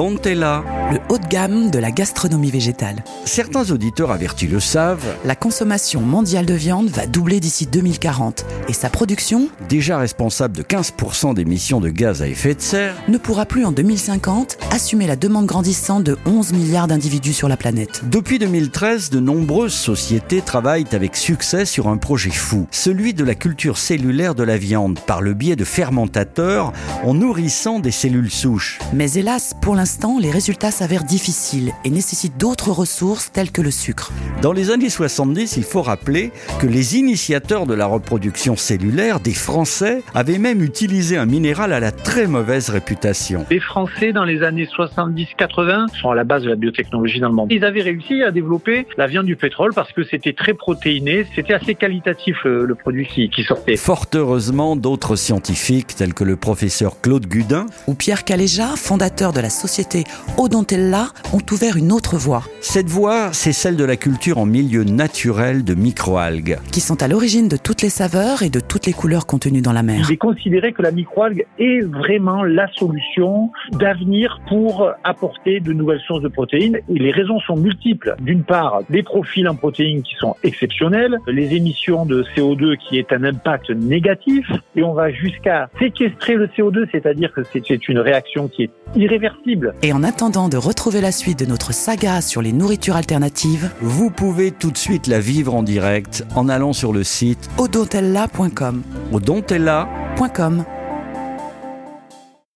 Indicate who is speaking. Speaker 1: Odontella.
Speaker 2: le haut de gamme de la gastronomie végétale.
Speaker 1: Certains auditeurs avertis le savent,
Speaker 2: La consommation mondiale de viande va doubler d'ici 2040 et sa production
Speaker 1: déjà responsable de 15% d'émissions de gaz à effet de serre,
Speaker 2: ne pourra plus en 2050 assumer la demande grandissante de 11 milliards d'individus sur la planète.
Speaker 1: depuis 2013, de nombreuses sociétés travaillent avec succès sur un projet fou, celui de la culture cellulaire de la viande par le biais de fermentateurs en nourrissant des cellules souches.
Speaker 2: Mais hélas, pour l'instant, les résultats s'avèrent difficiles et nécessitent d'autres ressources telles que le sucre.
Speaker 1: Dans les années 70, il faut rappeler que les initiateurs de la reproduction cellulaire, des Français, avaient même utilisé un minéral à la très mauvaise réputation.
Speaker 3: Les Français, dans les années 70-80, sont à la base de la biotechnologie dans le monde. Ils avaient réussi à développer la viande du pétrole parce que c'était très protéiné, c'était assez qualitatif le, le produit qui, qui sortait.
Speaker 1: Et fort heureusement, d'autres scientifiques, tels que le professeur Claude Gudin,
Speaker 2: Ou Pierre Caléja, fondateur de la société Odontella, ont ouvert une autre voie,
Speaker 1: cette voie, c'est celle de la culture en milieu naturel de microalgues.
Speaker 2: qui sont à l'origine de toutes les saveurs et de toutes les couleurs contenues dans la mer.
Speaker 3: J'ai considéré que la microalgue est vraiment la solution d'avenir pour apporter de nouvelles sources de protéines. Et les raisons sont multiples. D'une part, les profils en protéines qui sont exceptionnels, les émissions de CO2 qui est un impact négatif, et on va jusqu'à séquestrer le CO2, c'est-à-dire que c'est- c'est une réaction qui est irréversible.
Speaker 2: Et en attendant de retrouver la suite de notre saga sur les nourritures alternatives,
Speaker 1: Vous pouvez tout de suite la vivre en direct en allant sur le site
Speaker 2: odontella.com.
Speaker 1: Odontella.
Speaker 2: .com